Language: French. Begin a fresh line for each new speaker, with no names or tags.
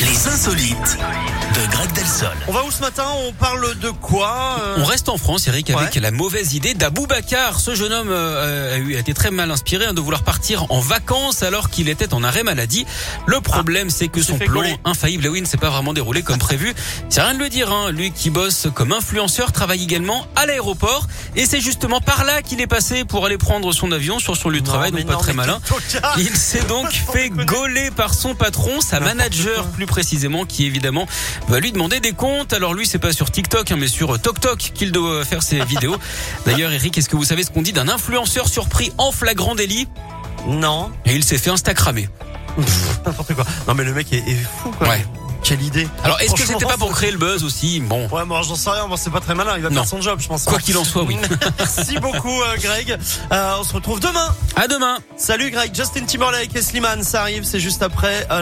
Les insolites de Greg Delsol.
On va où ce matin On parle de quoi euh,
On reste en France, Eric, avec
Ouais.
la mauvaise idée d'Abou Bakar. Ce jeune homme euh, a, eu- a été très mal inspiré hein, de vouloir partir en vacances alors qu'il était en arrêt maladie. Le problème, c'est que son
Ah. fait
plan
coller.
infaillible, eh oui, ne s'est pas vraiment déroulé comme prévu. C'est rien de le dire, hein. lui qui bosse comme influenceur travaille également à l'aéroport. Et c'est justement par là qu'il est passé pour aller prendre son avion sur son lieu de
Non,
travail,
mais
donc pas
non,
très
mais
malin.
quel tocard
Il s'est donc
Sans
fait
déconner.
gauler par son patron, sa manager plus précisément, qui évidemment va lui demander des comptes. Alors lui, c'est pas sur TikTok, hein, mais sur TokTok qu'il doit euh, faire ses vidéos. D'ailleurs, Eric, est-ce que vous savez ce qu'on dit d'un influenceur surpris en flagrant délit
Non,
Et il s'est fait instacramer.
n'importe quoi. Non, mais le mec est, est fou, quoi.
Ouais.
Quelle idée.
Alors, est-ce que
Franchement,
c'était pas pour
c'est-
créer le buzz aussi Bon,
Ouais, moi, j'en sais rien. Moi, c'est pas très malin. Il va
Non.
faire son job, je pense. hein.
quoi qu'il en soit, oui.
Merci beaucoup, euh, Greg. Euh, on se retrouve demain.
À demain.
Salut, Greg. Justin Timberlake et Slimane, ça arrive. C'est juste après. euh,